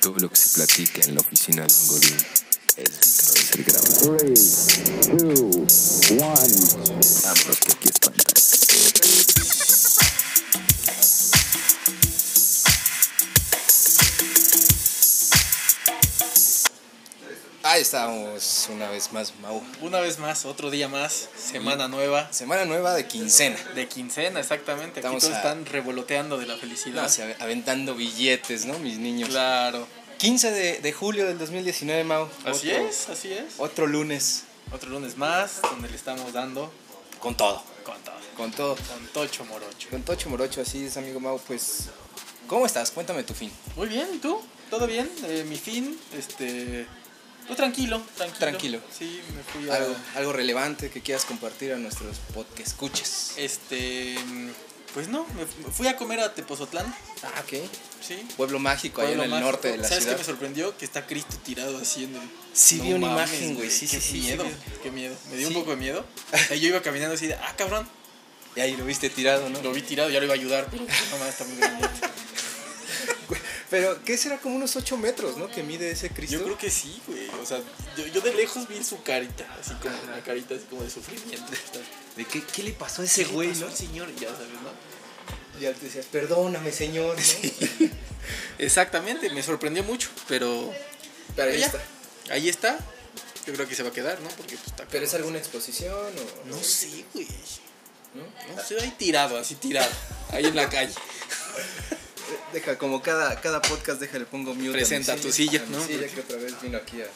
Todo lo que se platica en la oficina de un godín es digno de ser grabado. Three, two, one. Vámonos que aquí espanta. Ahí estamos una vez más, Mau. Una vez más, otro día más, semana nueva, Semana nueva de quincena. de quincena, exactamente. Aquí Estamos todos a- están revoloteando de la felicidad. No, se ave- aventando billetes, ¿no? Mis niños. claro. 15 de, de julio del 2019, Mau. Así Otro- es, así es. Otro lunes. Otro lunes más, donde le estamos dando Con todo. con todo. Con todo. Con tocho morocho. Con Tocho Morocho, así es, amigo Mau. Pues, ¿cómo estás? Cuéntame tu fin. Muy bien, ¿y tú? ¿Todo bien? Eh, mi fin, este... Tú tranquilo, tranquilo. Tranquilo. Sí, me fui a... Algo, algo relevante que quieras compartir a nuestros podcast escuches. Este... mm, Pues no, me fu- fui a comer a Tepozotlán, Ah, ok. sí. Pueblo mágico, ahí Pueblo en el mágico. norte de la ¿Sabes ciudad. qué me sorprendió? Que está Cristo tirado así en el... Sí, No vi una mames, imagen, güey. Sí, sí, qué sí. sí, miedo, vi. qué miedo. Me dio Sí. un poco de miedo. O sea, yo iba caminando así de, ah, cabrón. Y ahí lo viste tirado, ¿no? Lo vi tirado, ya lo iba a ayudar, pero no mames, está muy grande. Pero, ¿qué será? Como unos 8 metros, ¿no? Que mide ese Cristo. Yo creo que sí, güey. O sea, yo, yo de lejos vi su carita, así como una carita así como de sufrimiento. ¿De qué, qué le pasó a ese güey, no? El señor, ya sabes, ¿no? Y al decías, perdóname, señor. ¿no? Exactamente, me sorprendió mucho, pero. Pero ahí ya, está. Ahí está. Yo creo que se va a quedar, ¿no? Porque pues, está. ¿Pero es alguna exposición o No sé, güey. ¿no? No sé, ahí tirado, así tirado. Ahí en la calle. Deja, como cada, cada podcast, deja, le pongo mute. a mi Presenta tu silla, a mi ¿no? silla que otra vez vino aquí a, a-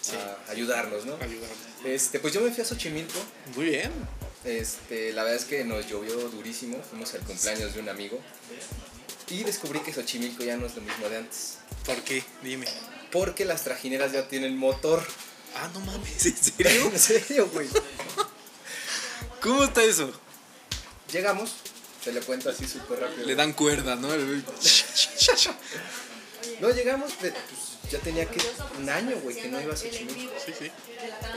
Sí. a ayudarnos, ¿no? Ayudarme. Este, pues yo me fui a Xochimilco. Muy bien. Este, la verdad es que nos llovió durísimo. Fuimos al cumpleaños de un amigo. Y descubrí que Xochimilco ya no es lo mismo de antes. ¿Por qué? Dime. Porque las trajineras ya tienen motor. Ah, no mames, ¿en serio? ¿En serio, güey? ¿Cómo está eso? Llegamos, se le cuenta así súper rápido. Le dan cuerda, ¿no? El- Sí, No llegamos, pe- pues, ya tenía que un año, güey, que no iba a Xochimilco. sí.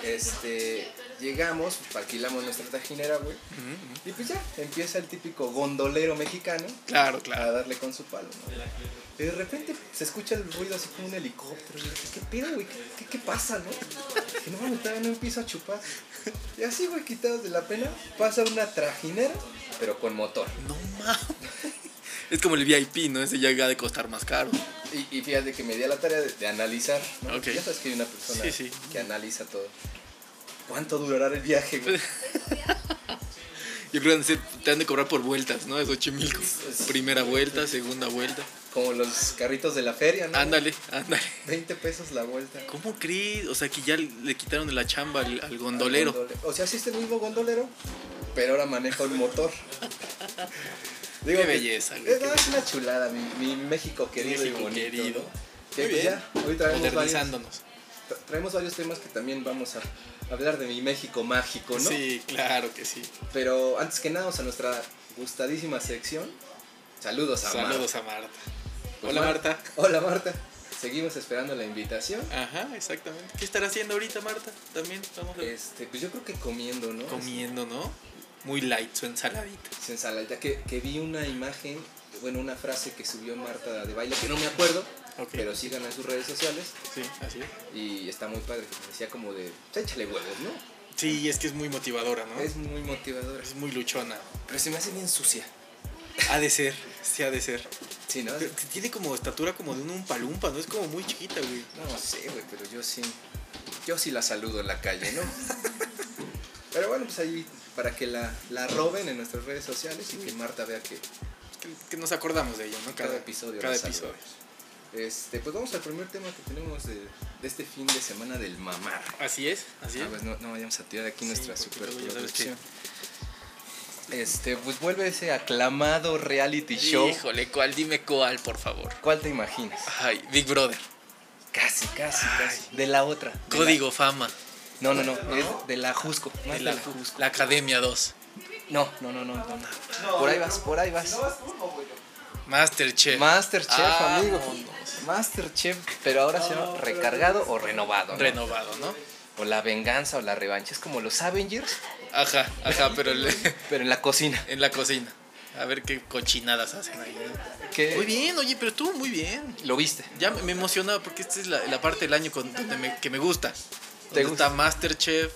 Este, llegamos, alquilamos nuestra tajinera, güey. Y pues ya, empieza el típico gondolero mexicano Claro, a claro. darle con su palo, ¿no? Y de repente se escucha el ruido así como un helicóptero. Y yo, ¿Qué pedo, güey? ¿Qué, qué, qué pasa, no? Que no mames, todavía no empiezo a chupar. Y así, güey, quitados de la pena, pasa una trajinera, pero con motor. No mames. Es como el VIP, ¿no? Ese ya ha de costar más caro. Y, y fíjate que me di a la tarea de, de analizar. ¿no? Ok. Ya sabes que hay una persona Sí, sí. que analiza todo. ¿Cuánto durará el viaje, güey? Yo creo que te han de cobrar por vueltas, ¿no? De Xochimilco. Es- Primera vuelta, segunda vuelta. Como los carritos de la feria, ¿no? Ándale, ándale. 20 pesos la vuelta. ¿Cómo crees? O sea, que ya le quitaron de la chamba al, al gondolero. Gondole- O sea, sí es el mismo gondolero, pero ahora maneja un motor. Qué que- belleza, güey, eh, qué no, Es una chulada, mi, mi México querido México y bonito. querido. ¿no? Que Muy pues bien. ya, hoy traemos varios, Modernizándonos. tra- traemos varios temas que también vamos a hablar de mi México mágico, ¿no? Sí, claro que sí. Pero antes que nada, vamos a nuestra gustadísima sección. Saludos a Marta. Saludos a Marta. Pues, Hola, Mar- Marta. Hola Marta. Seguimos esperando la invitación. Ajá, exactamente. ¿Qué estará haciendo ahorita Marta? También estamos Este, pues yo creo que comiendo, ¿no? comiendo, ¿no? Muy light su ensaladita. Sin ensalada. Que, que vi una imagen, bueno, una frase que subió Marta de baile, que no me acuerdo, Ok. pero síganla en sus redes sociales Sí, así es. y está muy padre. Decía como de, "Pues échale huevos, ¿no? Sí, es que es muy motivadora, ¿no? Es Es, muy motivadora. muy luchona. Pero se me hace bien sucia. Ha de ser, sí ha de ser. Sí, ¿no? Pero tiene como estatura como de un umpalumpa, ¿no? Es como muy chiquita, güey. No sé, güey, pero yo sí. Yo sí la saludo en la calle, ¿no? pero bueno, pues ahí para que la, la roben en nuestras redes sociales y que Marta vea que. Que, que nos acordamos de ella, ¿no? Cada episodio Cada la episodio. Este, pues vamos al primer tema que tenemos de, de este fin de semana del mamar. Así es, así Ah, es. pues no, no vayamos a tirar aquí Sí, nuestra porque luego ya sabes superproducción. Este, pues vuelve ese aclamado reality show. Híjole, ¿cuál? Dime cuál, por favor. ¿Cuál te imaginas? Ay, Big Brother. Casi, casi, Ay. casi. De la otra. de Código Fama. la- no, no, no. Es de la Jusco. más de de la, la Jusco. la Academia 2. No, no, no, no, no, no. Por ahí vas, por ahí vas. Masterchef. Masterchef, este- Ah, amigo. no, no. Masterchef, pero ahora se llama recargado o renovado. ¿no? Renovado, ¿no? O la venganza o la revancha. Es como los Avengers, Ajá, ajá, pero le- pero en la cocina. en la cocina. A ver qué cochinadas hacen ahí. ¿no? Que Muy bien, oye, pero tú muy bien. Lo viste. Ya me me emocionaba porque esta es la, la parte del año con- donde me- que me gusta. ¿Te Donde gusta? está Masterchef,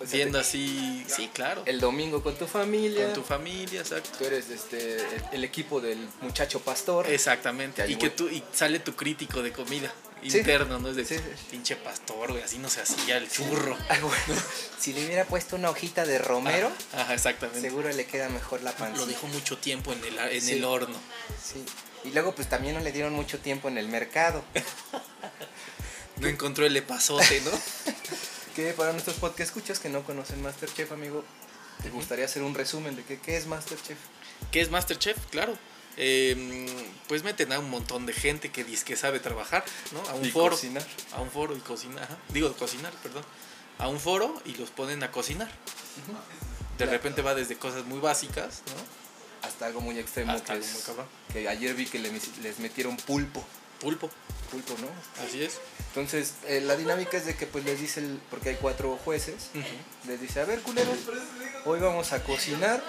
O sea, viendo así. Sí, claro. El domingo con tu familia. Con tu familia, exacto. Tú eres este, el, el equipo del muchacho pastor. Exactamente. Ahí Y que voy. tú y sale tu crítico de comida Sí. interno, ¿no? Es de Sí, sí. pinche pastor, güey, así no se hacía el churro. Ay, güey. Ah, si le hubiera puesto una hojita de romero, Ajá, exactamente. seguro le queda mejor la pancita. Ah, Lo dejó mucho tiempo en el, en Sí. el horno. Sí. Y luego pues también no le dieron mucho tiempo en el mercado. No encontró el epazote, ¿no? que para nuestros podcast escuchas que no conocen Masterchef, amigo, ¿te gustaría hacer un resumen de qué, qué es Masterchef? ¿Qué es Masterchef? Claro. Eh, pues meten a un montón de gente que dice que sabe trabajar, ¿no? A un Y foro. cocinar. A un foro y cocinar. ajá. Digo, cocinar, perdón. A un foro y los ponen a cocinar. De Claro. repente va desde cosas muy básicas, ¿no? Hasta algo muy extremo Hasta que algo es- muy cabrón. que ayer vi que le mis- les metieron pulpo. Pulpo, Pulpo, ¿no? así es. Entonces, eh, la dinámica es de que pues les dice el, porque hay cuatro jueces, les dice, a ver culeros, hoy vamos a cocinar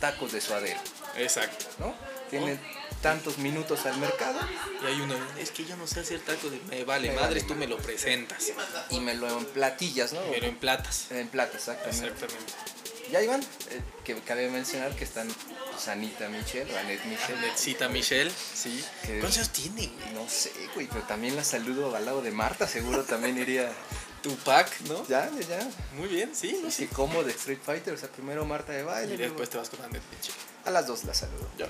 tacos de suadero, Exacto. ¿no? Tienen tantos minutos al mercado Y hay uno, es que yo no sé hacer taco de... Me vale, Me madres, vale tú me lo presentas. y me lo emplatillas, ¿no? Pero en platas. En plata, exactamente. Exactamente. Ya Iván, eh, que cabe mencionar que están pues, Anita Michelle, Annette Michelle. Anexita Michelle, sí. Que- ¿Cuántos años tiene, güey? No sé, güey, pero también la saludo al lado de Marta, seguro también iría. Tupac, ¿no? Ya, ya, ya. Muy bien, sí, no Y sé. que como de Street Fighter, o sea, primero Marta de baile. Y luego- después te vas con Annette Michelle. A las dos la saludo. Ya.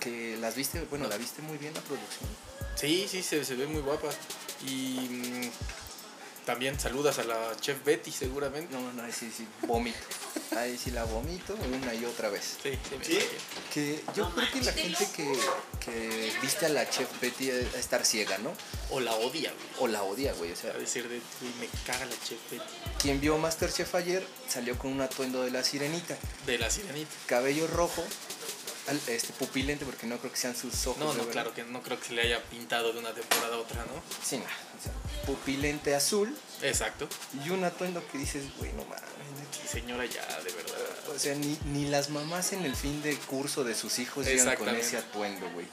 Que las viste, bueno, la viste muy bien la producción. Sí, sí, se, se ve muy guapa. Y mm, también saludas a la chef Betty, seguramente. No, no, ahí sí, sí, vomito. Ahí sí la vomito una y otra vez. Sí, sí, me imagino. Que yo creo que la gente que, que viste a la chef Betty a a estar ciega, ¿no? O la odia, güey. O la odia, güey. O sea, A decir de, güey, me caga la chef Betty. quien vio Masterchef ayer salió con un atuendo de la sirenita. De la sirenita. Cabello rojo, al- este pupilente, porque no creo que sean sus ojos. No, de no, verdad. claro que no creo que se le haya pintado de una temporada a otra, ¿no? Sí, no, o sea, pupilente azul Exacto. y un atuendo que dices, güey, no mames. Sí, señora, ya, de verdad. O sea, ni, ni las mamás en el fin de curso de sus hijos llegan con Exactamente. ese atuendo, güey.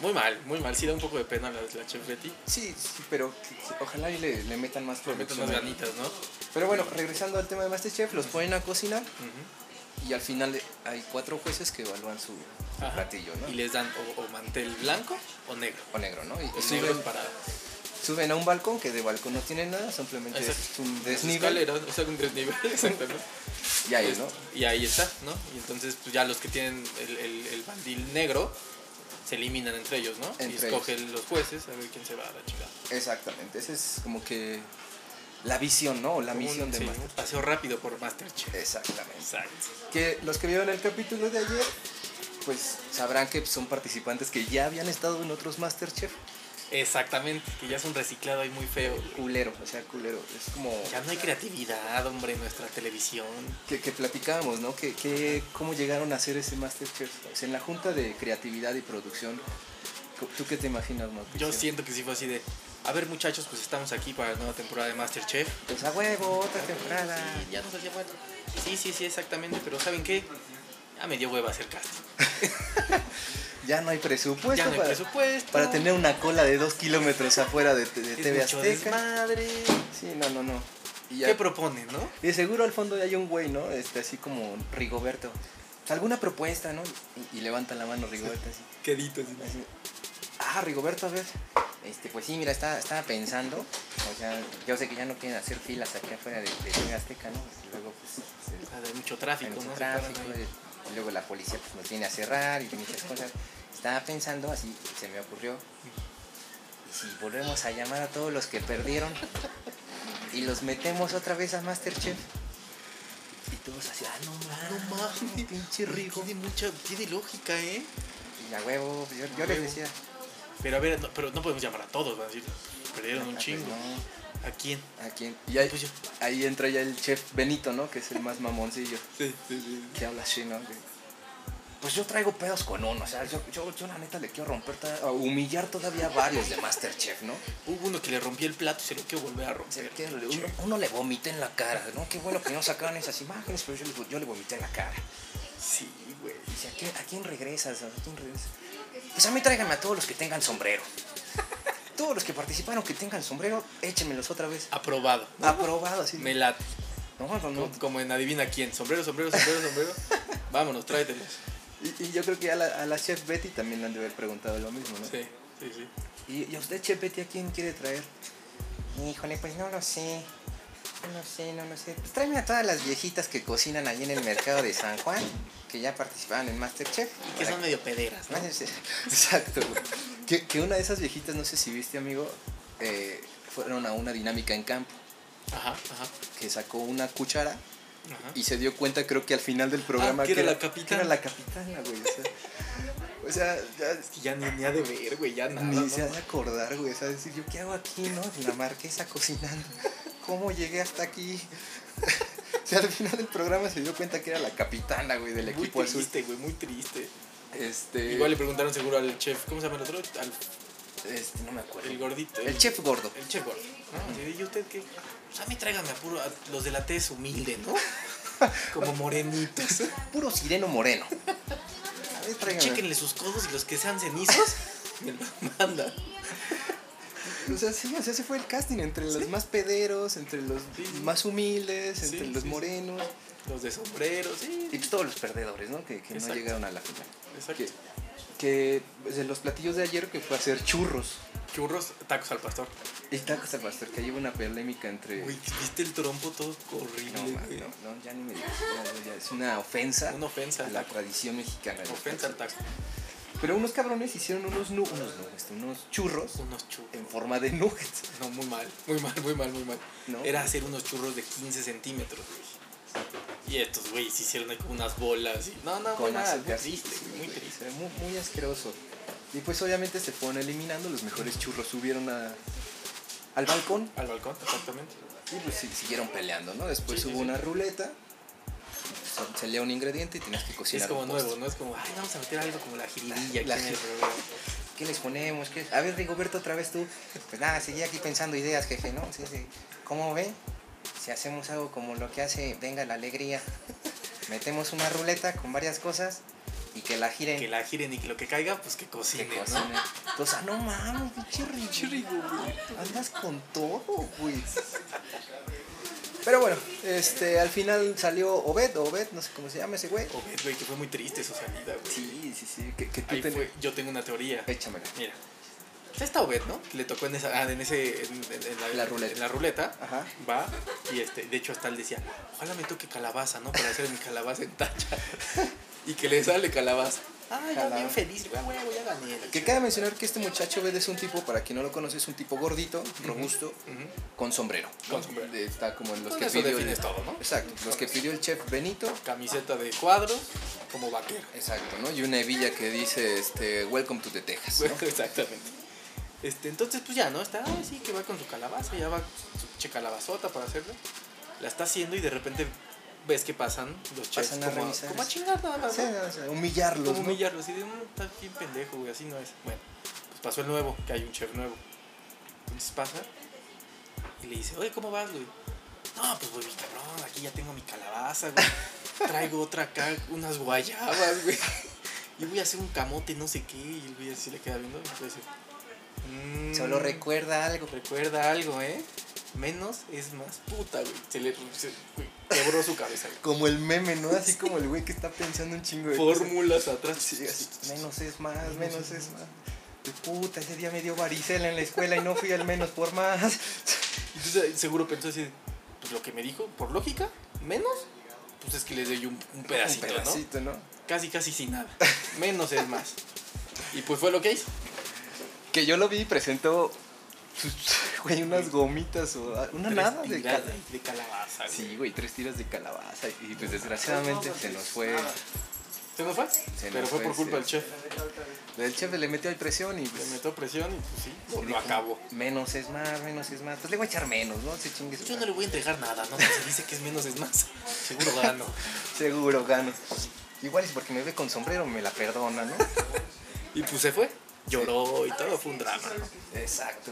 Muy mal, muy mal. Sí da un poco de pena la, la chef Betty. Sí, sí, pero que- que ojalá y le, le metan más Le meten producción. unas ganitas, ¿no? Pero bueno, regresando al tema de Masterchef, los ponen a cocinar Ujú. y al final hay cuatro jueces que evalúan su, su Ajá. platillo, ¿no? Y les dan o, o mantel blanco o negro. O negro, ¿no? Y, y El negro suben, es para suben a un balcón que de balcón no tiene nada, simplemente es Exacto. un las desnivel. escaleras, Este. o sea, un desnivel, exactamente. Y ahí, ¿no? Y ahí está, ¿no? Y entonces pues, ya los que tienen el, el, el bandil negro se eliminan entre ellos, ¿no? y Entre escogen los jueces a ver quién se va a la chingada. Exactamente, esa es como que la visión, ¿no? O La misión Un- de sí, Masterchef. un paseo rápido por Masterchef. Exactamente. Exacto. Que los que vieron el capítulo de ayer, pues sabrán que son participantes que ya habían estado en otros Masterchef. Exactamente, que ya es un reciclado ahí muy feo. Culero, o sea, culero. Es como Ya no hay creatividad, hombre, en nuestra televisión. que, que platicábamos, ¿no? Que, que cómo llegaron a hacer ese Masterchef. O sea, en la junta de creatividad y producción, ¿tú qué te imaginas, más Yo siento que sí fue así de, a ver muchachos, pues estamos aquí para la nueva temporada de Masterchef. Pues a huevo, otra temporada. Sí, ya nos hacía falta. Sí, sí, sí, exactamente, pero ¿saben qué? Ya me dio hueva hacer casting. Ya no hay presupuesto, Ya no hay Pues para, presupuesto. para tener una cola de dos kilómetros afuera de, de Es TV mucho Azteca. desmadre. Sí, no, no, no. Y ya- ¿Qué proponen, no? Y de seguro al fondo hay un güey, ¿no? Este, así como Rigoberto. ¿Alguna propuesta, no? Y, y levanta la mano Rigoberto así. Quedito. así. Ah, Rigoberto, a ver. Este, pues sí, mira, estaba, estaba pensando. O sea, yo sé que ya no quieren hacer filas aquí afuera de, de TV Azteca, ¿no? Y luego, pues, se- Hay mucho hay tráfico, mucho ¿no? tráfico. Se paran ahí. y- y luego la policía pues, nos viene a cerrar y muchas cosas. Estaba pensando, así se me ocurrió. Y si volvemos a llamar a todos los que perdieron y los metemos otra vez a Masterchef. Y todos así, ah, no No mames. mames, pinche rico. Tiene mucha, tiene lógica, ¿eh? Y a huevo, yo, yo les decía. Pero a ver, no, pero no podemos llamar a todos, van a decir, perdieron un "Ah, pues, chingo. no, ¿A quién? ¿A quién? Y ahí, Pues yo. ahí entra ya el chef Benito, ¿no? Que es el más mamoncillo. Sí, sí, sí. que habla así, ¿no? Que, Pues yo traigo pedos con uno, o sea, yo, yo, yo la neta le quiero romper, to- a humillar todavía a varios de Masterchef, ¿no? Hubo uno que le rompió el plato y se lo quiero volver a O sea, romper. que uno, uno le vomita en la cara, ¿no? Qué bueno que no sacaron esas imágenes, pero yo, le- yo le vomité en la cara. Sí, güey. Dice, ¿a quién, a quién regresas? ¿A quién regresas? Pues a mí tráiganme a todos los que tengan sombrero. Todos los que participaron que tengan sombrero, échenmelos otra vez. Aprobado. Aprobado, así. Me late. No, no, no. Co- Como en adivina quién. Sombrero, sombrero, sombrero, sombrero. Vámonos, tráetelos. Y, y yo creo que a la, a la chef Betty también le han de haber preguntado lo mismo, ¿no? Sí, sí, sí. ¿Y, y a usted, chef Betty, a quién quiere traer? Híjole, pues no lo sé. No lo sé, no lo sé. Pues tráeme a todas las viejitas que cocinan allí en el mercado de San Juan, que ya participaban en Masterchef. Que Para son medio pederas, ¿no? Ah, sí, sí. Exacto. güey. Que, que una de esas viejitas, no sé si viste, amigo, eh, fueron a una dinámica en campo, Ajá, ajá. que sacó una cuchara ajá. y se dio cuenta, creo que al final del programa, Ah, que era la capitana. que era la capitana, güey. O sea, o sea, ya Es que ya ni, ni ha de ver, güey, ya nada. ni ¿no? se ha de acordar, güey. O sea, decir, ¿yo qué hago aquí, no? En la marquesa cocinando. ¿Cómo llegué hasta aquí? O sea, al final del programa se dio cuenta que era la capitana, güey, del Muy equipo azul. triste, güey, muy triste. Este, Igual le preguntaron seguro al chef, ¿cómo se llama el otro? Al este, no me acuerdo. el gordito. El chef gordo. El chef gordo. ¿no? Sí, ¿Y usted qué? Pues a mí tráigame a puro, a los de la tez humilde, ¿no? Como morenitos. "Pues Puro sireno moreno. A ver, tráigame. Chéquenle sus codos y los que sean cenizos, me los manda. O sea, sí, o sea, ese fue el casting entre los más pederos, entre los Sí, sí. más humildes, Sí, entre los sí, sí. morenos. Los de sombreros, sí. Y pues todos los perdedores, ¿no? Que, que no Exacto. llegaron a la final. Exacto. Que, que pues, de los platillos de ayer que fue hacer churros. Churros, tacos al pastor. Y tacos al pastor, que ahí hubo una polémica entre... Güey, ¿viste el trompo todo no, horrible? man, güey? no, no, ya ni me digas. ya, ya, es una ofensa, Una ofensa a al la taco. tradición mexicana. de los Ofensa al tacos. taco. Pero unos cabrones hicieron unos, nu- unos, nu- este, unos churros pues, Unos churros. en forma de nuggets. No, muy mal, muy mal, muy mal, muy mal. No. Era hacer unos churros de 15 centímetros, güey. Y estos güeyes hicieron ahí como unas bolas. Y... No, no, muy con mal, muy azúcar. triste, Sí, güey, muy güey, triste. o sea, Muy, muy asqueroso. Y pues obviamente se fueron eliminando, los mejores churros subieron a- al balcón Al balcón, exactamente. y pues sí, siguieron peleando, ¿no? Después Sí, sí, hubo sí. una ruleta, se- se lea un ingrediente y tienes que Sí, cocinar. es como un postre. nuevo, ¿no? Es como, ay, vamos a meter algo como la jiribilla aquí La en el ji- programa. ¿Qué les ponemos? ¿Qué? A ver, Rigoberto, otra vez tú. Pues nada, seguí aquí pensando ideas, jefe, ¿no? Sí, sí. ¿Cómo ve? Si hacemos algo como lo que hace Venga la Alegría, metemos una ruleta con varias cosas y que la giren. Que la giren y que lo que caiga, pues que Qué cocinen, cosa, ¿no? ¿no? Entonces, ah, no mames, pinche Rigo. Andas con todo, güey. Pero bueno, este, al final salió Obed, Obed, no sé cómo se llama ese güey. Obed, güey, que fue muy triste su salida, güey. Sí, sí, sí, que, que tú Ahí tenías. fue, yo tengo una teoría. Échamela. Mira. Ya está Obed, ¿no? Que le tocó en esa, ah, en ese, en, en- en La ruleta. en la ruleta. Ajá. Va y este, de hecho hasta él decía, ojalá me toque calabaza, ¿no? Para hacer mi calabaza en tacha. y que le sale calabaza. Ah, yo Calabaza. bien feliz, güey, güey, ya gané. Que cabe mencionar que este muchacho Obed es un tipo, para quien no lo conoce, es un tipo gordito, robusto, con sombrero. Con sombrero. Está como en los Con que Pues eso pidió. eh? defines El, todo, ¿no? exacto, los que pidió el chef Benito. Camiseta de cuadros, como vaquero. Exacto, ¿no? Y una hebilla que dice, este, Welcome to the Texas. ¿no? Pues, Exactamente. Este, entonces, pues ya, ¿no? Está, ah, sí, que va con su calabaza, ya va su che calabazota para hacerlo. La está haciendo y de repente ves que pasan los chefs Pasan a como, revisar como a eso. chingar nada más. Sí, ¿no? o sea, humillarlos. Como ¿no? humillarlo, así de, "Mm, está bien pendejo, güey, así no es. Bueno, pues pasó el nuevo, que hay un chef nuevo. Entonces pasa y le dice, oye, ¿cómo vas, güey? No, pues, güey, cabrón, aquí ya tengo mi calabaza, güey. Traigo otra acá, unas guayabas, güey. Y voy a hacer un camote, no sé qué. Y el güey así le queda viendo. Y le dice, "Mm, Solo recuerda algo. Recuerda algo, ¿eh? Menos es más puta, güey. Se le se- güey, quebró su cabeza, güey. Como el meme, ¿no? Así como el güey que está pensando un chingo de cosas. Fórmulas atrás. Sí, así, Menos es más, menos es más. De puta, ese día me dio varicela en la escuela y no fui al menos por más. Entonces eh, seguro pensó así, pues lo que me dijo, por lógica, menos, pues es que les doy un, un pedacito, Un pedacito, ¿no? ¿no? Casi, casi sin nada. Menos es más. Y pues fue lo que hizo. Que yo lo vi y presentó, güey, unas gomitas o una Tres nada de tiradas calabaza. de calabaza. güey. Sí, güey, tres tiras de calabaza. Y pues desgraciadamente se nos fue. Se nos fue. nos Pero fue, fue, por sí. culpa del chef. El chef le metió ahí presión y Le pues. metió presión y pues sí, lo dijo, acabó. Menos es más, menos es más. Pues le voy a echar menos, ¿no? Se chingue su Yo no le voy a entregar nada, ¿no? Se dice que es menos es más. Seguro gano. Seguro gano. Igual es porque me ve con sombrero, me la perdona, ¿no? Y pues se fue. Lloró y todo, fue un drama. ¿no? Exacto.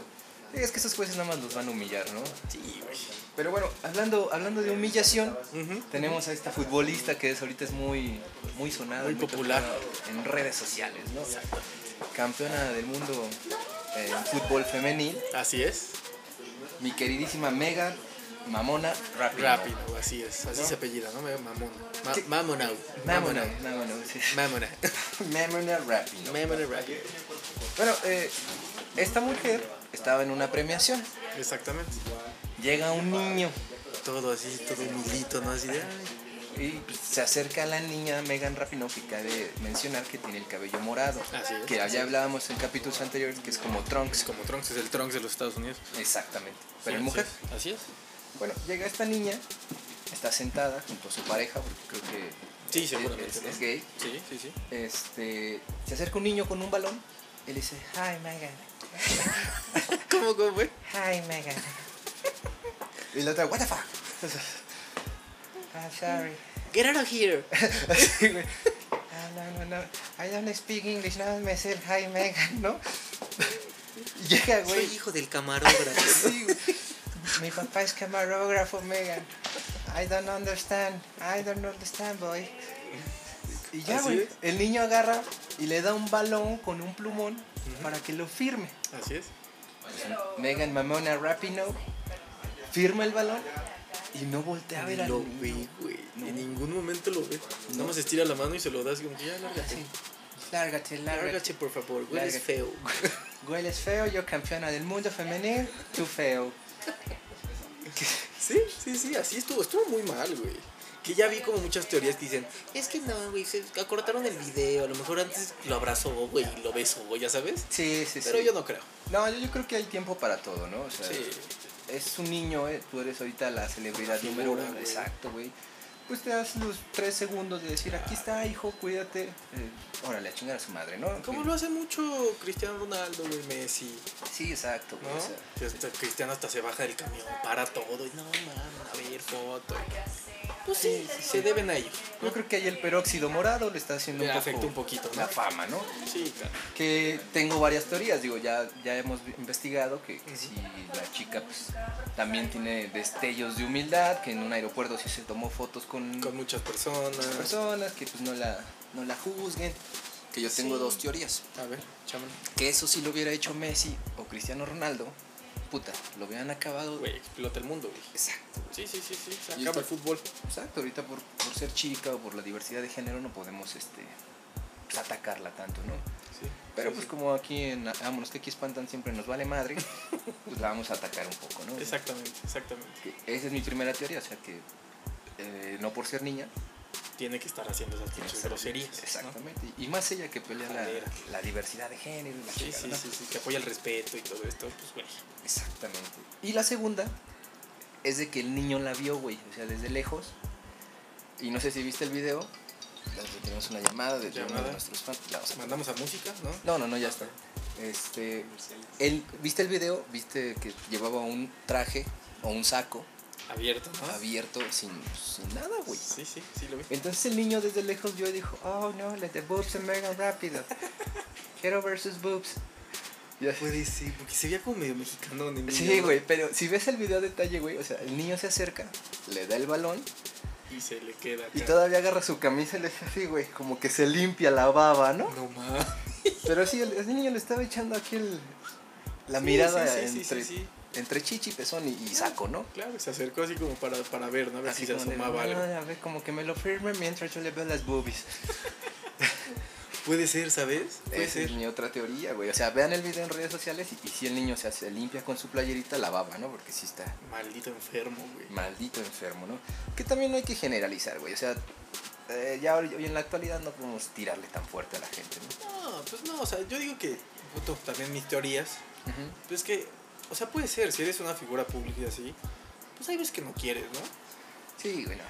Es que esos jueces nada más los van a humillar, ¿no? Sí, güey. Pero bueno, hablando, hablando de humillación, Ujú. tenemos a esta futbolista que es, ahorita es muy, muy sonada, Muy popular. tocada en redes sociales, ¿no? Campeona del mundo eh, en fútbol femenil, Así es. mi queridísima Megan Mamona Rapinoe. Rápido, así es. Así ¿No? se apellida, ¿no? Mamón. Ma- Sí. Mamonau. Mamona, Mamona, sí. Mamona. Mamona Rapinoe. Mamona Rápido. Bueno, eh, esta mujer estaba en una premiación. Exactamente. Llega un niño Todo así, todo nudito, ¿no? Así de. ay, y pues, se acerca a la niña Megan Rapinoe, que cabe mencionar que tiene el cabello morado. Así es. Que allá hablábamos en capítulos anteriores, que es como Trunks. Como Trunks, es el Trunks de los Estados Unidos. Exactamente. Pero Sí, en mujer. sí, Así es. Bueno, llega esta niña, está sentada junto a su pareja, porque creo que Sí, es- seguramente. es, ¿no? es gay. Sí, sí, sí. Este, se acerca un niño con un balón y le dice, hi Megan, ¿Cómo, cómo, güey? hi Megan. Y la otra, what the fuck. I'm sorry. Get out of here. Así, güey. Ah, no, no, no. I don't speak English, nada más me sé el hi Megan, ¿no? Llega, güey. hijo del camarógrafo. Sí, güey. Mi papá es camarógrafo, Megan. I don't understand. I don't understand, boy. Y ya, Así güey. es. El niño agarra y le da un balón con un plumón para que lo firme. Así es. Megan Mamona Rapinoe firma el balón y no voltea a ver al lo niño. ve, güey. No. En ningún momento lo ve. No. Nada más estira la mano y se lo das como que ya, lárgate. Sí. Lárgate, lárgate. Lárgate, por favor, güey. Es Lárgate. feo. Hueles feo, yo campeona del mundo femenil, tú feo. Sí, sí, sí, así estuvo, estuvo muy mal, güey. Que ya vi como muchas teorías que dicen, es que no, güey, se acortaron el video, a lo mejor antes lo abrazó, güey, y lo besó, güey, ya sabes. Sí, sí, sí. Pero yo no creo. No, yo, yo creo que hay tiempo para todo, ¿no? O sea, Sí. es un niño, eh, tú eres ahorita la celebridad Figura, número uno. güey. Exacto, güey. Pues te das los tres segundos de decir, aquí está, hijo, cuídate. Eh, órale, a chingar a su madre, ¿no? Como Que- lo hace mucho Cristiano Ronaldo, güey, Messi, Sí, exacto, ¿no? güey. o sea, Que hasta Cristiano hasta se baja del camión, para todo, y no, mames, a ver, foto. Pues sí, se deben a ellos. Yo creo que ahí el peróxido morado le está haciendo Le un poco, afecta un poquito, ¿no? la fama, ¿no? Sí, claro. Que tengo varias teorías, digo, ya, ya hemos vi- investigado que, que si la chica pues, también tiene destellos de humildad, que en un aeropuerto sí se tomó fotos con, Con muchas personas. personas, que pues no la, no la juzguen. Que yo tengo dos teorías. A ver, chaval. Que eso si lo hubiera hecho Messi o Cristiano Ronaldo, puta, lo hubieran acabado. Güey, explota el mundo, güey. Exacto. Sí, sí, sí, sí, se Y está- acaba el fútbol. Exacto, ahorita por, por ser chica o por la diversidad de género no podemos este pues, atacarla tanto, ¿no? Sí. Pero pues como aquí en Vámonos que aquí espantan siempre nos vale madre, pues la vamos a atacar un poco, ¿no? Exactamente, exactamente. Que esa es mi primera teoría, o sea que eh, no por ser niña, Tiene que estar haciendo esas tiene que pinches ser- groserías. ¿no? Exactamente. Y más ella que pelea la, Jalera. la diversidad de género. y la Sí, chingada, sí, ¿no? sí, sí, que apoya el respeto y todo esto, pues güey. Exactamente. Y la segunda es de que el niño la vio, güey, o sea, desde lejos. Y no sé si viste el video. Entonces, Tenemos una llamada de, de uno Llamada. de nuestros fans. la vamos a- Mandamos a música, ¿no? No, no, no, ya está. Este, él, ¿Viste el video? ¿Viste que llevaba un traje o un saco Abierto, ¿no? abierto sin, sin nada, güey? Sí, sí, sí lo vi. Entonces el niño desde lejos vio y dijo, oh no, let the boobs emerge rápido. Hero versus boobs. Y así- Puede ser, porque se veía como medio mexicano. ni Sí, medio- güey, pero si ves el video a detalle, güey, o sea, el niño se acerca, le da el balón Y se le queda. y acá. todavía agarra su camisa y le hace así, güey, como que se limpia la baba, ¿no? No mames. Pero sí, el, el niño le estaba echando aquí el- la Sí, mirada sí, sí, sí, entre, sí, sí. entre chichi, pezón y, y saco, ¿no? Claro, se acercó así como para, para ver, ¿no? A ver si se como de, asomaba "No, algo. a ver, como que me lo firme mientras yo le veo las boobies. Puede ser, ¿sabes? Puede Esa es ser. mi otra teoría, güey. O sea, vean el video en redes sociales y, y si el niño se, hace- limpia con su playerita la baba, ¿no? Porque sí está Maldito enfermo, güey. maldito enfermo, ¿no? Que también no hay que generalizar, güey. O sea, eh, ya hoy hoy en la actualidad no podemos tirarle tan fuerte a la gente, ¿no? No, pues no, o sea, yo digo que. puto, también mis teorías. Pues es que, o sea, puede ser, si eres una figura pública y así, pues hay veces que no quieres, ¿no? Sí, güey, no.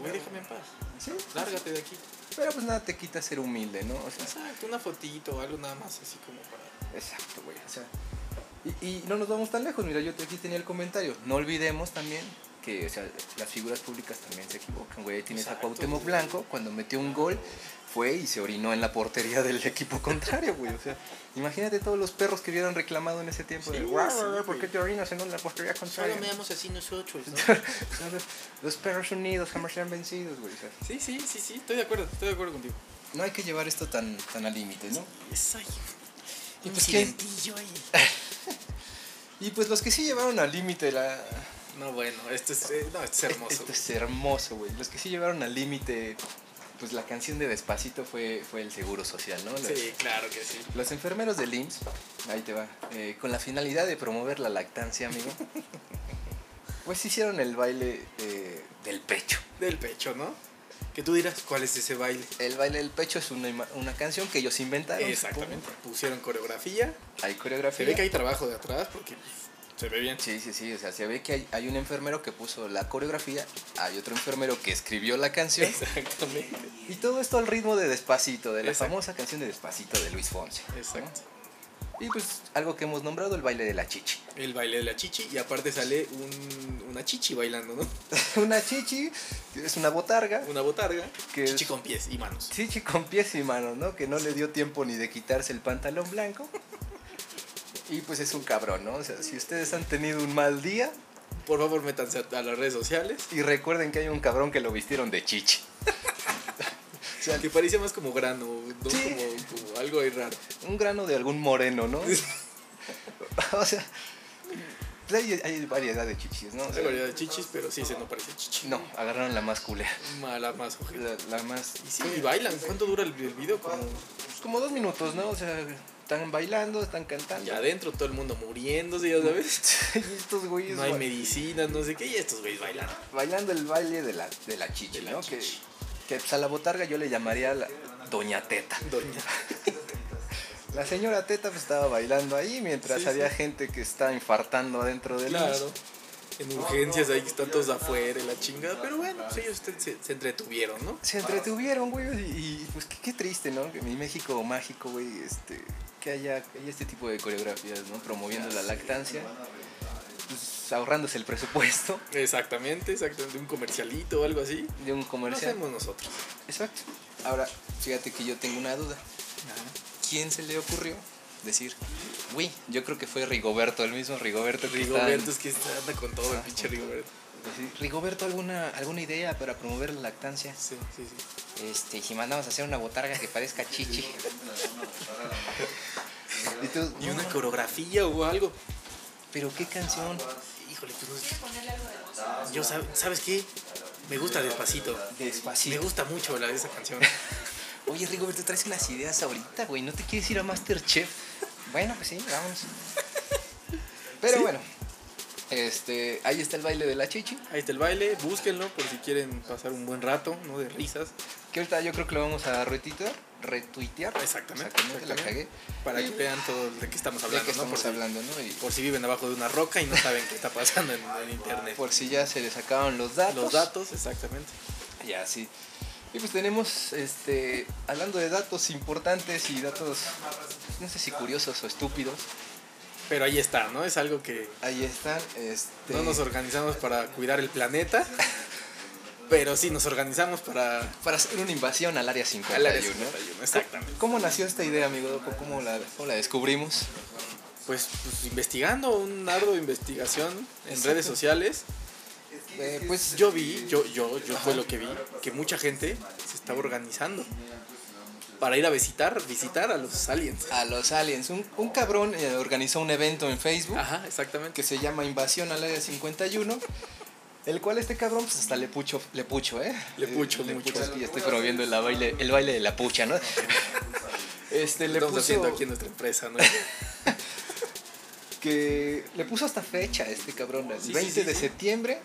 Güey, déjame en paz, Sí, lárgate de aquí. Pero pues nada te quita ser humilde, ¿no? O sea, Exacto, una fotito o algo nada más así como para... exacto, güey. O sea, y, y no nos vamos tan lejos. Mira, yo te- aquí tenía el comentario. No olvidemos también que, o sea, las figuras públicas también se equivocan, güey. Ahí Tienes Exacto, a Cuauhtémoc güey. Blanco, cuando metió un gol, fue y se orinó en la portería del equipo contrario, güey. O sea, imagínate todos los perros que hubieran reclamado en ese tiempo de, Sí, "Guau, sí, guau, guau, ¿por güey. qué te orinas en la portería contraria? Solo veamos así nosotros, ¿no? Los- Los perros unidos jamás serán vencidos, güey. O sea, Sí, sí, sí, sí, estoy de acuerdo, estoy de acuerdo contigo. no hay que llevar esto tan, tan al límite, ¿no? Soy Y un pues, ¿qué? silentillo ahí. Y pues los que sí llevaron al límite la... No, bueno, esto es, eh, no, esto es hermoso. Esto Este es hermoso, güey. Los que sí llevaron al límite, pues la canción de Despacito fue, fue el Seguro Social, ¿no? Los, güey. Sí, claro que sí. los enfermeros del IMSS, ahí te va, eh, con la finalidad de promover la lactancia, amigo, pues hicieron el baile eh, del pecho. Del pecho, ¿no? Que tú dirás, ¿cuál es ese baile? El baile del pecho es una, ima- una canción que ellos inventaron. Exactamente. Pusieron coreografía. supongo. Hay Se coreografía. ve que hay trabajo de atrás porque pues, se ve bien. Sí, sí, sí, o sea, se ve que hay, hay un enfermero que puso la coreografía, hay otro enfermero que escribió la canción, Exactamente. y todo esto al ritmo de Despacito, de la Exacto. famosa canción de Despacito de Luis Fonsi. ¿no? Exacto. Y pues algo que hemos nombrado el baile de la chichi. El baile de la chichi y aparte sale un, una chichi bailando, ¿no? Una chichi que es una botarga, Una botarga. ¿Qué chichi es? con pies y manos. chichi con pies y manos, ¿no? Que no le dio tiempo ni de quitarse el pantalón blanco. Y pues es un cabrón, ¿no? O sea, si ustedes han tenido un mal día Por favor, métanse a, a las redes sociales. y recuerden que hay un cabrón que lo vistieron de chichi. O sea, Que parecía más como grano, ¿no? Sí. Como, como algo ahí raro. un grano de algún moreno, ¿no? o sea, pues hay, hay variedad de chichis, ¿no? O sea, Hay variedad de chichis, pero sí se no parece chichi. no, agarraron la más culera. Mala más ojete. La, la más... Y sí, y bailan. ¿Cuánto dura el, el video? Como- Pues como dos minutos, ¿no? O sea, están bailando, están cantando. y adentro todo el mundo muriéndose, ya sabes. Y estos güeyes No hay ba- medicinas, no sé qué. Y estos güeyes bailando. bailando el baile de la, de la chichi, De la ¿no? chichi. Que, que pues, a la botarga yo le llamaría la Doña Teta. Doña. La señora Teta pues, estaba bailando ahí mientras Sí, había sí. gente que estaba infartando adentro del Claro. En urgencias ahí que están todos afuera, y la chingada. Pero bueno, pues ellos se, se- se entretuvieron, ¿no? Se entretuvieron, güey, y, y, pues qué, qué triste, ¿no? Que mi México mágico, güey, este, que haya, que haya este tipo de coreografías, ¿no? Promoviendo la lactancia, pues, ahorrándose el presupuesto Exactamente, exactamente. Un comercialito o algo así. de un Lo comercial. hacemos nosotros. Exacto. Ahora, fíjate que yo tengo una duda. ¿Quién se le ocurrió decir, güey, yo creo que fue Rigoberto, el mismo Rigoberto que está en- Pues Rigoberto es que está- anda con todo el pinche Rigoberto. Sí, Rigoberto, ¿alguna, alguna idea para promover la lactancia? Sí, sí, sí. Este, si mandamos a hacer una botarga que parezca chichi. y tú, Y no, una coreografía o algo. pero qué canción Híjole, pues no sé. Yo, sab- ¿sabes qué? Me gusta Despacito. Me despacito. gusta mucho la, esa canción. Oye, Rigoberto, traes unas ideas ahorita, güey, ¿no te quieres ir a Masterchef? Bueno, pues sí, vamos. Pero bueno, este, ahí está el baile de la chichi. Ahí está el baile, búsquenlo por si quieren pasar un buen rato, ¿no? De risas. Que ahorita yo creo que lo vamos a retuitear. Retuitear. Exactamente, la exactamente. cagué. Para que vean todo de qué estamos De hablando, que ¿no? estamos por, si- Este, hablando, ¿no? Y por si viven abajo de una roca y no saben qué está pasando en, en internet. por si ya se les acabaron los datos. Los datos, exactamente. Ya, sí. Y pues tenemos, este, hablando de datos importantes y datos, no sé si curiosos o estúpidos, Pero ahí está, ¿no? Es algo que ahí están, este... no nos organizamos para cuidar el planeta, pero sí nos organizamos para... para hacer una invasión al área al 51. área 51, Exactamente. ¿Cómo nació esta idea, amigo Doco? ¿Cómo la, cómo la descubrimos? Pues, pues, investigando, un arduo de investigación en Exacto. redes sociales. Eh, pues Yo vi, yo, yo, yo fue lo que vi, que mucha gente se estaba organizando para ir a visitar, visitar a los aliens. a los aliens, un, un cabrón eh, organizó un evento en Facebook Ajá, exactamente. que se llama Invasión al Área 51, el cual este cabrón pues hasta le pucho, le pucho, ¿eh? Le pucho, Eh, le mucho. pucho, es que ya estoy promoviendo el baile, el baile de la pucha, ¿no? Este, le Estamos puso, haciendo aquí en nuestra empresa, ¿no? que le puso hasta fecha a este cabrón, el Sí, sí, 20 sí, de sí. septiembre,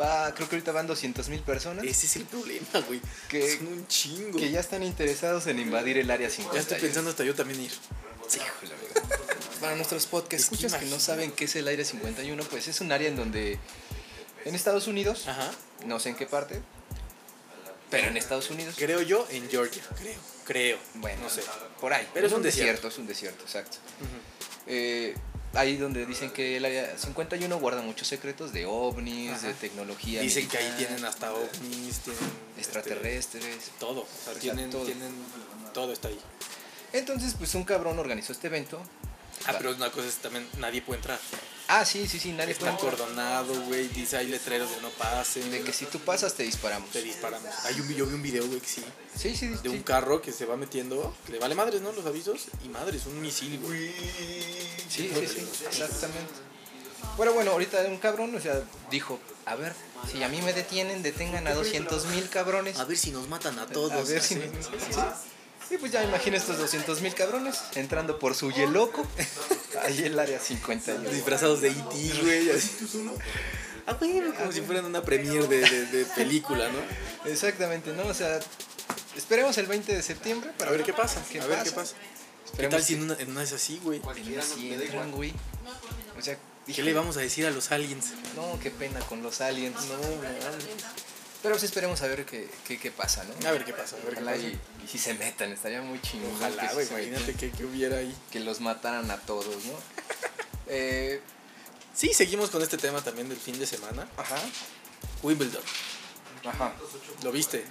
va, creo que ahorita van 200 mil personas Ese es el problema, güey. Que- Son un chingo. que Ya, ya están interesados en invadir el Área 51. estoy pensando hasta yo también ir. Híjole, amigo. Para nuestros podcast escuchas que no saben qué es el Área 51, pues es un área en donde en Estados Unidos, Ajá. no sé en qué parte, pero en Estados Unidos, Creo yo en Georgia. Creo. Creo. bueno, no sé. por ahí. Pero es un desierto. es un desierto, exacto. Eh, ahí donde dicen que el área 51 guarda muchos secretos de ovnis, Ajá. de tecnología. Dicen que militar, ahí tienen hasta ovnis, tienen... este, extraterrestres. todo, o sea, sea, tienen, todo. tienen... Todo está ahí. Entonces, pues un cabrón organizó este evento. Ah, pero una cosa es también, nadie puede entrar. Ah, sí, sí, sí, nadie Está puede entrar. cordonado, güey, dice, hay letreros de no pasen. De que si tú pasas te disparamos. Te disparamos. Hay un, yo vi un video, güey, que sí. Sí, sí, De un sí. carro que se va metiendo, que le vale madres, ¿no? Los avisos. Y madres, un misil, güey. Sí, sí, sí, exactamente. Pero bueno, ahorita un cabrón, o sea, dijo, a ver, si a mí me detienen, detengan a 200 mil cabrones. ver si nos matan a A ver si... así. Sí, pues ya imagina estos 200 mil cabrones entrando por su yeloco. Ahí el área 51. Disfrazados de E.T., güey, así. Ah, güey, como si fueran una premiere de, de- de película, ¿no? Exactamente, ¿no? O sea, esperemos el 20 de septiembre para A ver qué pasa, a ver qué pasa. ¿Qué tal Esperemos si en una, en una es así, güey? que sí entran, güey. O sea, ¿Qué le vamos a decir a los aliens? no, qué pena con los aliens, no, no. Pero sí esperemos a ver qué, qué, qué pasa, ¿no? A ver qué pasa, a ver qué Ojalá pasa. y, y si se metan, estaría muy chingón. que Ojalá, sí güey, se metieran, imagínate que, que hubiera ahí. que los mataran a todos, ¿no? Eh, Sí, seguimos con este tema también del fin de semana. ajá, Wimbledon, ajá. ¿lo viste?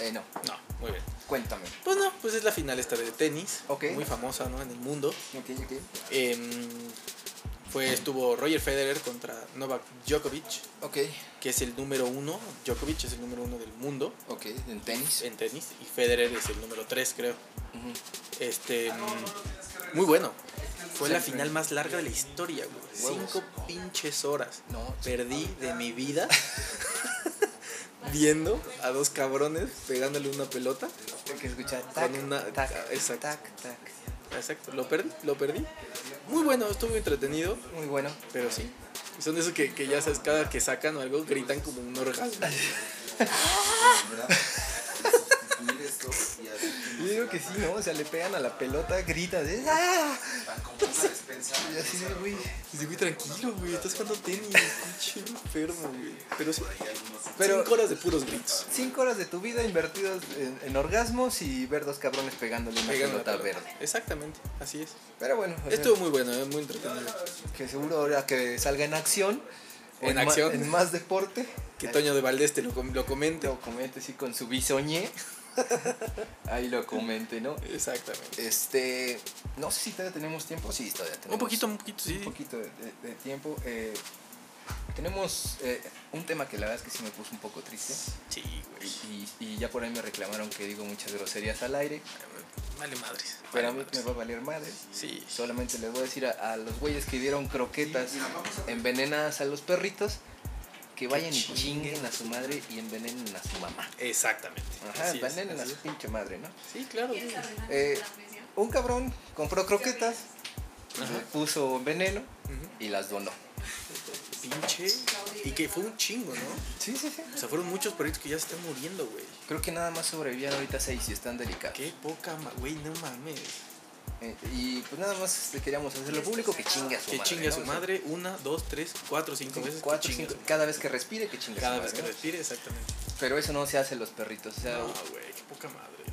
Eh, no, No, muy bien. cuéntame. Pues no, pues es la final esta de tenis, Ok. muy famosa, ¿no? En el mundo. Ok, ok. Em, fue, estuvo Roger Federer contra Novak Djokovic, Ok, que es el número uno. Djokovic es el número uno del mundo ok, en tenis. en tenis y Federer es el número tres, creo. Ujú. Este, mm, muy bueno. Fue la final más larga de la historia, güey. Huevos. Cinco pinches horas. No, Perdí de mi vida viendo a dos cabrones pegándole una pelota. tengo que escuchar tac, Con una- tac, ah, exacto. tac, tac. Exacto, lo perdí, lo perdí. Muy bueno, estuvo entretenido, Muy bueno. pero sí. Son de esos que, que ya sabes, cada que sacan o algo, gritan como un orgasmo. Yo digo que sí, ¿no? O sea, le pegan a la pelota, gritan, de ¡ah! Y así de, güey. Dice, güey, tranquilo, güey, estás jugando tenis, pinche enfermo, güey. Pero sí, Pero- cinco horas de puros gritos. Cinco horas de tu vida invertidas en, en orgasmos y ver dos cabrones pegándole una Pegan la pelota pelota. verde. Exactamente, así es. Pero bueno, o sea, Estuvo muy bueno, eh, muy entretenido. que seguro ahora que salga en acción. o En ma- acción. en más deporte. Que Toño de Valdés te lo, com- lo comente. Lo comente, sí, con su bisoñé. Ahí lo comente, ¿no? Exactamente. Este, no sé si todavía tenemos tiempo. Sí, todavía tenemos. Un poquito, un poquito, sí. un poquito de, de- de tiempo. Eh, tenemos eh, un tema que la verdad es que sí me puso un poco triste. Sí, güey. Y, y ya por ahí me reclamaron que digo muchas groserías al aire. Vale madres. Pero a mí vale me madres. va a valer madre. Sí. Solamente les voy a decir a, a los güeyes que dieron croquetas envenenadas a los perritos que vayan y chinguen a su madre y envenenen a su mamá. Exactamente. Ajá, así es, envenenen a así su pinche madre, ¿no? es. Sí, claro. güey. Eh, un cabrón compró croquetas, Ajá. le puso veneno Ujú. y las donó. Pinche. Y que fue un chingo, ¿no? Sí, sí, sí. O sea, fueron muchos perritos que ya se están muriendo, güey. Creo que nada más sobrevivieron ahorita seis y están delicados. Qué poca, ma- güey, no mames. Eh, y pues nada más le queríamos hacerlo público que chingue a su Que madre. chingue a ¿no? su O sea, madre una, dos, tres, cuatro, cinco veces. que cuatro, chingue a cinco, su- cada vez que respire que chingue a su Cada madre, vez que ¿no? respire, exactamente. Pero eso no se hace en los perritos. O sea, No, güey, qué poca madre.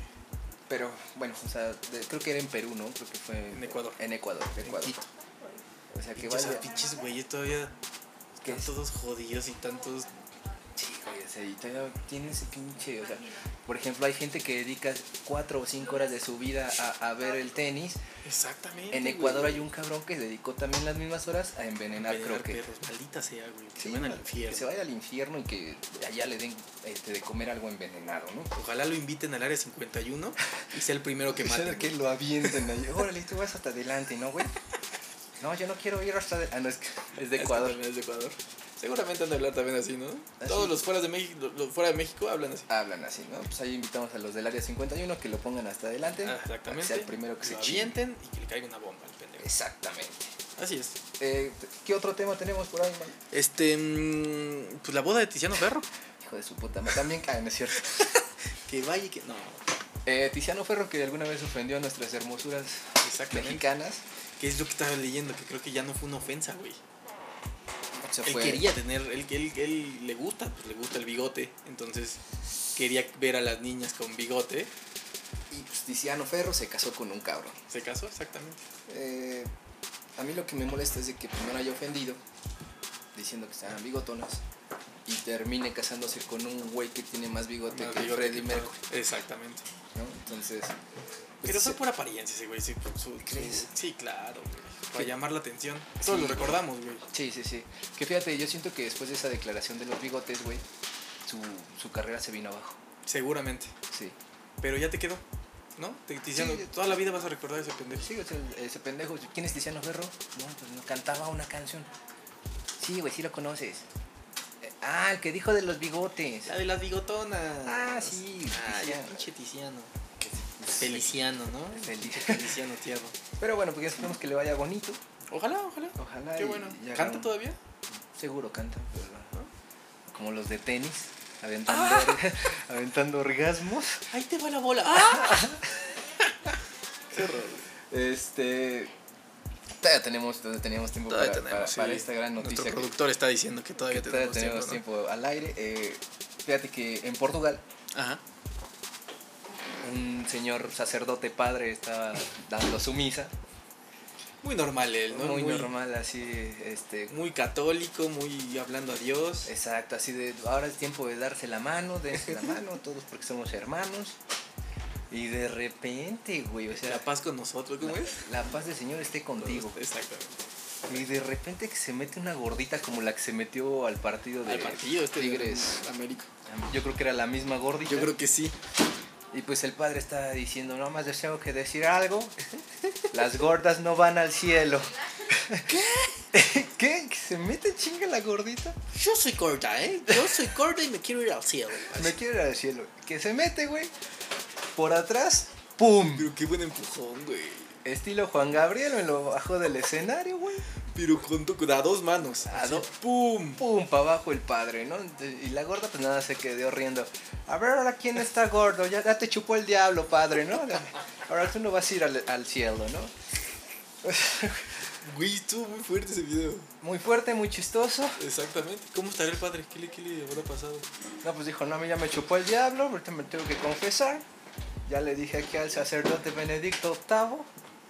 Pero bueno, o sea, de- creo que era en Perú, ¿no? Creo que fue En Ecuador. En Ecuador, en Ecuador. Quito. O sea, que Pinches, vaya. pinches güeyes todavía ¿Qué están es? todos jodidos y tantos. Sí, güey, o sea, y todavía tiene ese pinche. O sea, por ejemplo, hay gente que dedica cuatro o cinco horas de su vida a, a ver el tenis. Exactamente. En Ecuador hay un cabrón que dedicó también las mismas horas a envenenar, creo creo que. perros. Maldita sea, güey. Que Sí, se van al güey, infierno. Que se vaya al infierno y que allá le den este, de comer algo envenenado, ¿no? Ojalá lo inviten al área 51 y sea el primero que O sea, mate. que lo avienten ahí. Órale, tú vas hasta adelante, ¿no, güey? No, yo no quiero ir hasta. de- Ah, no, es, que es de Es que Ecuador. también es de Ecuador. Seguramente han de hablar también así, ¿no? Así. Todos los fuera de México, los- los fuera de México hablan así. hablan así, ¿no? Pues ahí invitamos a los del área 51 que lo pongan hasta adelante. Ah, para que exactamente. Sea el primero que se lo chingue. avienten y que le caiga una bomba al pendejo. Exactamente. Así es. Eh, ¿Qué otro tema tenemos por ahí, man? Este, mm, pues la boda de Tiziano Ferro. Hijo de su puta madre. También caen, es cierto. Que vaya y que no, Eh, Tiziano Ferro, que alguna vez ofendió a nuestras hermosuras exactamente. mexicanas. Que es lo que estaba leyendo, que creo que ya no fue una ofensa, güey. Se Él fue. quería tener, él, él, él le gusta, pues le gusta el bigote, entonces quería ver a las niñas con bigote. Y pues, Tiziano Ferro se casó con un cabrón. ¿Se casó? Exactamente. Eh, a mí lo que me molesta es de que primero haya ofendido, diciendo que estaban bigotonas, y termine casándose con un güey que tiene más bigote Más que bigote Freddie que Mercury, todo. Exactamente. ¿no? Entonces, Pero pues, fue por apariencia ese güey. Sí, por su- ¿Crees? sí claro, güey. Para llamar la atención. Todos lo recordamos, güey. Sí, sí, sí. Que fíjate, yo siento que después de esa declaración de los bigotes, güey, su, su carrera se vino abajo. Seguramente. Sí. Pero ya te quedó, ¿no? Te, te hicieron- Sí. pues toda la vida vas a recordar ese pendejo. Sí, o sea, ese pendejo, ¿quién es Tiziano Ferro? No, pues no cantaba una canción. Sí, güey, sí lo conoces. Eh, Ah, el que dijo de los bigotes. de las bigotonas. Ah, sí. Ah, ya, Tiziano. pinche Tiziano. Feliciano, ¿no? Feliz. Feliciano Tierno. Pero bueno, pues ya esperemos que le vaya bonito. Ojalá, ojalá. Ojalá. Qué y- bueno. y haga ¿Canta un- todavía? Seguro canta, pero, ¿no? Como los de tenis, aventando, Ah. orga- aventando orgasmos. Ahí te va la bola. Ah. Este. Todavía tenemos, todavía teníamos tiempo para, para- para esta gran noticia. Nuestro que- productor está diciendo que todavía que todavía tenemos, tenemos tiempo. tiempo al aire. Eh, fíjate que en Portugal, ¿no? Ajá. un señor sacerdote padre estaba dando su misa. Muy normal él, ¿no? muy, normal, así. Este, Muy católico, muy hablando a Dios. exacto, así de. Ahora es tiempo de darse la mano, dense la mano, todos porque somos hermanos. Y de repente, güey, o sea. la paz con nosotros, ¿cómo es? la paz del Señor esté contigo. Exactamente. Y de repente que se mete una gordita como la que se metió al partido de Al partido este de Tigres. América. Yo creo que era la misma gordita. Yo creo que sí. Y pues el padre está diciendo, no más deseo que decir algo. Las gordas no van al cielo. ¿Qué? ¿Qué? ¿Que se mete chinga la gordita? Yo soy corta, ¿eh? Yo soy corta y me quiero ir al cielo. Me quiero ir al cielo. Que se mete, güey. Por atrás, ¡pum! Pero qué buen empujón, güey. Estilo Juan Gabriel me lo bajó del escenario, güey. Pero con tu, a dos manos. A Así, dos. Ah, ¡Pum! pum, para abajo el padre, ¿no? Y la gorda pues nada, se quedó riendo. A ver, ahora quién está gordo, ya, ya te chupó el diablo, padre, ¿no? Ahora tú no vas a ir al, al cielo, ¿no? Güey, estuvo muy fuerte ese video. Muy fuerte, muy chistoso. Exactamente. ¿Cómo estará el padre? ¿Qué le, qué le habrá pasado? No, pues dijo, no, a mí ya me chupó el diablo, ahorita me tengo que confesar. Ya le dije aquí al sacerdote Benedicto VIII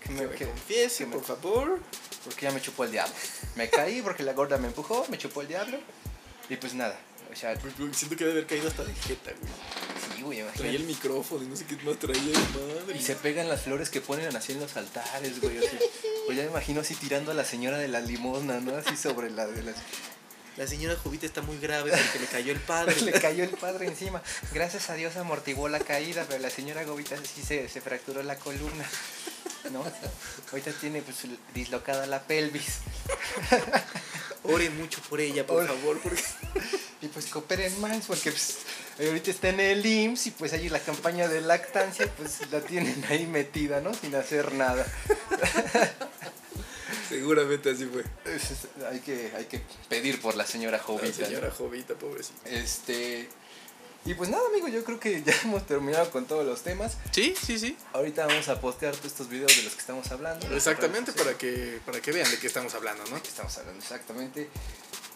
que me, que- Confiese, que me- por favor. porque ya me chupó el diablo. Me caí porque la gorda me empujó, me chupó el diablo. Y pues nada, o sea, Güey, güey, Siento que debe haber caído hasta de jeta, güey. sí, güey, imagínate. Traía el micrófono y no sé qué más traía. y Madre. Y se pegan las flores que ponen así en los altares, güey. así. O pues ya me imagino así tirando a la señora de la limosna, ¿no? Así sobre la de las... La señora Jovita está muy grave porque le cayó el padre. Le cayó el padre encima. Gracias a Dios amortiguó la caída, pero la señora Gobita sí se, se fracturó la columna. ¿No? Ahorita tiene pues dislocada la pelvis. Oren mucho por ella, por Oren. favor, porque Y pues cooperen más porque pues, ahorita está en el IMSS y pues ahí la campaña de lactancia pues la tienen ahí metida, ¿no? Sin hacer nada. seguramente así fue. Es- es- hay, que, hay que pedir por la señora Jovita. La ¿no? señora Jovita, pobrecita. Este. Y pues nada, amigo, yo creo que ya hemos terminado con todos los temas. Sí, sí, sí. Ahorita vamos a postear todos estos videos de los que estamos hablando. Exactamente, para para que, para que vean de qué estamos hablando, ¿no? que estamos hablando, exactamente.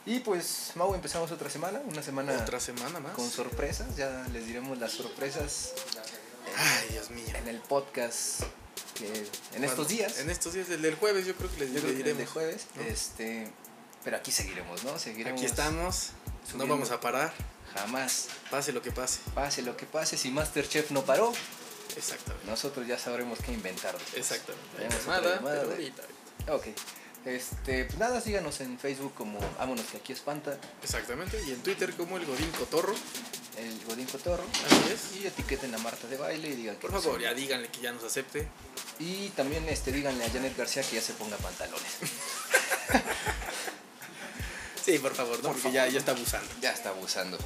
Y pues, Mau, empezamos otra semana, una semana Otra semana más. con sorpresas. Ya les diremos las sorpresas Ay, Dios mío. en el podcast que en estos Cuando- días. En estos días, el del jueves, yo creo que les yo creo que el diremos. de jueves. ¿no? Este, pero aquí seguiremos, ¿no? Seguiremos. Aquí estamos, subiendo. no vamos a parar, Jamás. pase lo que pase. Pase lo que pase, si Masterchef no paró, Exactamente. nosotros ya sabremos qué inventar. después. Exactamente. Tenemos otra Nada, llamada pero de- ahorita. Ok. Este, pues nada, síganos en Facebook como Vámonos que aquí espanta Exactamente. Y en Twitter como el Godín Cotorro. el Godín Cotorro Así es. y etiqueten a Marta de baile y digan que Por nos- favor, ya díganle que ya nos acepte. Y también este díganle a Janet García que ya se ponga pantalones. Sí, por favor, ¿no? Porque ya, ya está abusando. ya está abusando.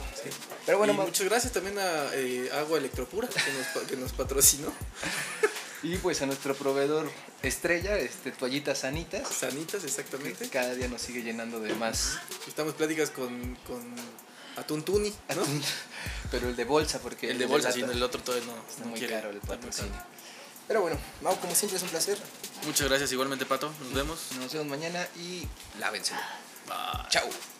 Pero bueno, y Mau- muchas gracias también a eh, Agua Electropura que nos, pa- que nos patrocinó. y pues a nuestro proveedor estrella, este toallitas sanitas, Sanitas, que exactamente. cada día nos sigue llenando de más. Estamos pláticas con, con Atuntuni, ¿no? Pero el de bolsa porque El de bolsa, lata sino el otro todavía no. está no muy quiere. caro el Está muy patrocinio. caro. Pero bueno, Mau, como siempre es un placer. Muchas gracias igualmente, Pato. Nos vemos. Nos vemos mañana y lávenselo. Bye. Chao.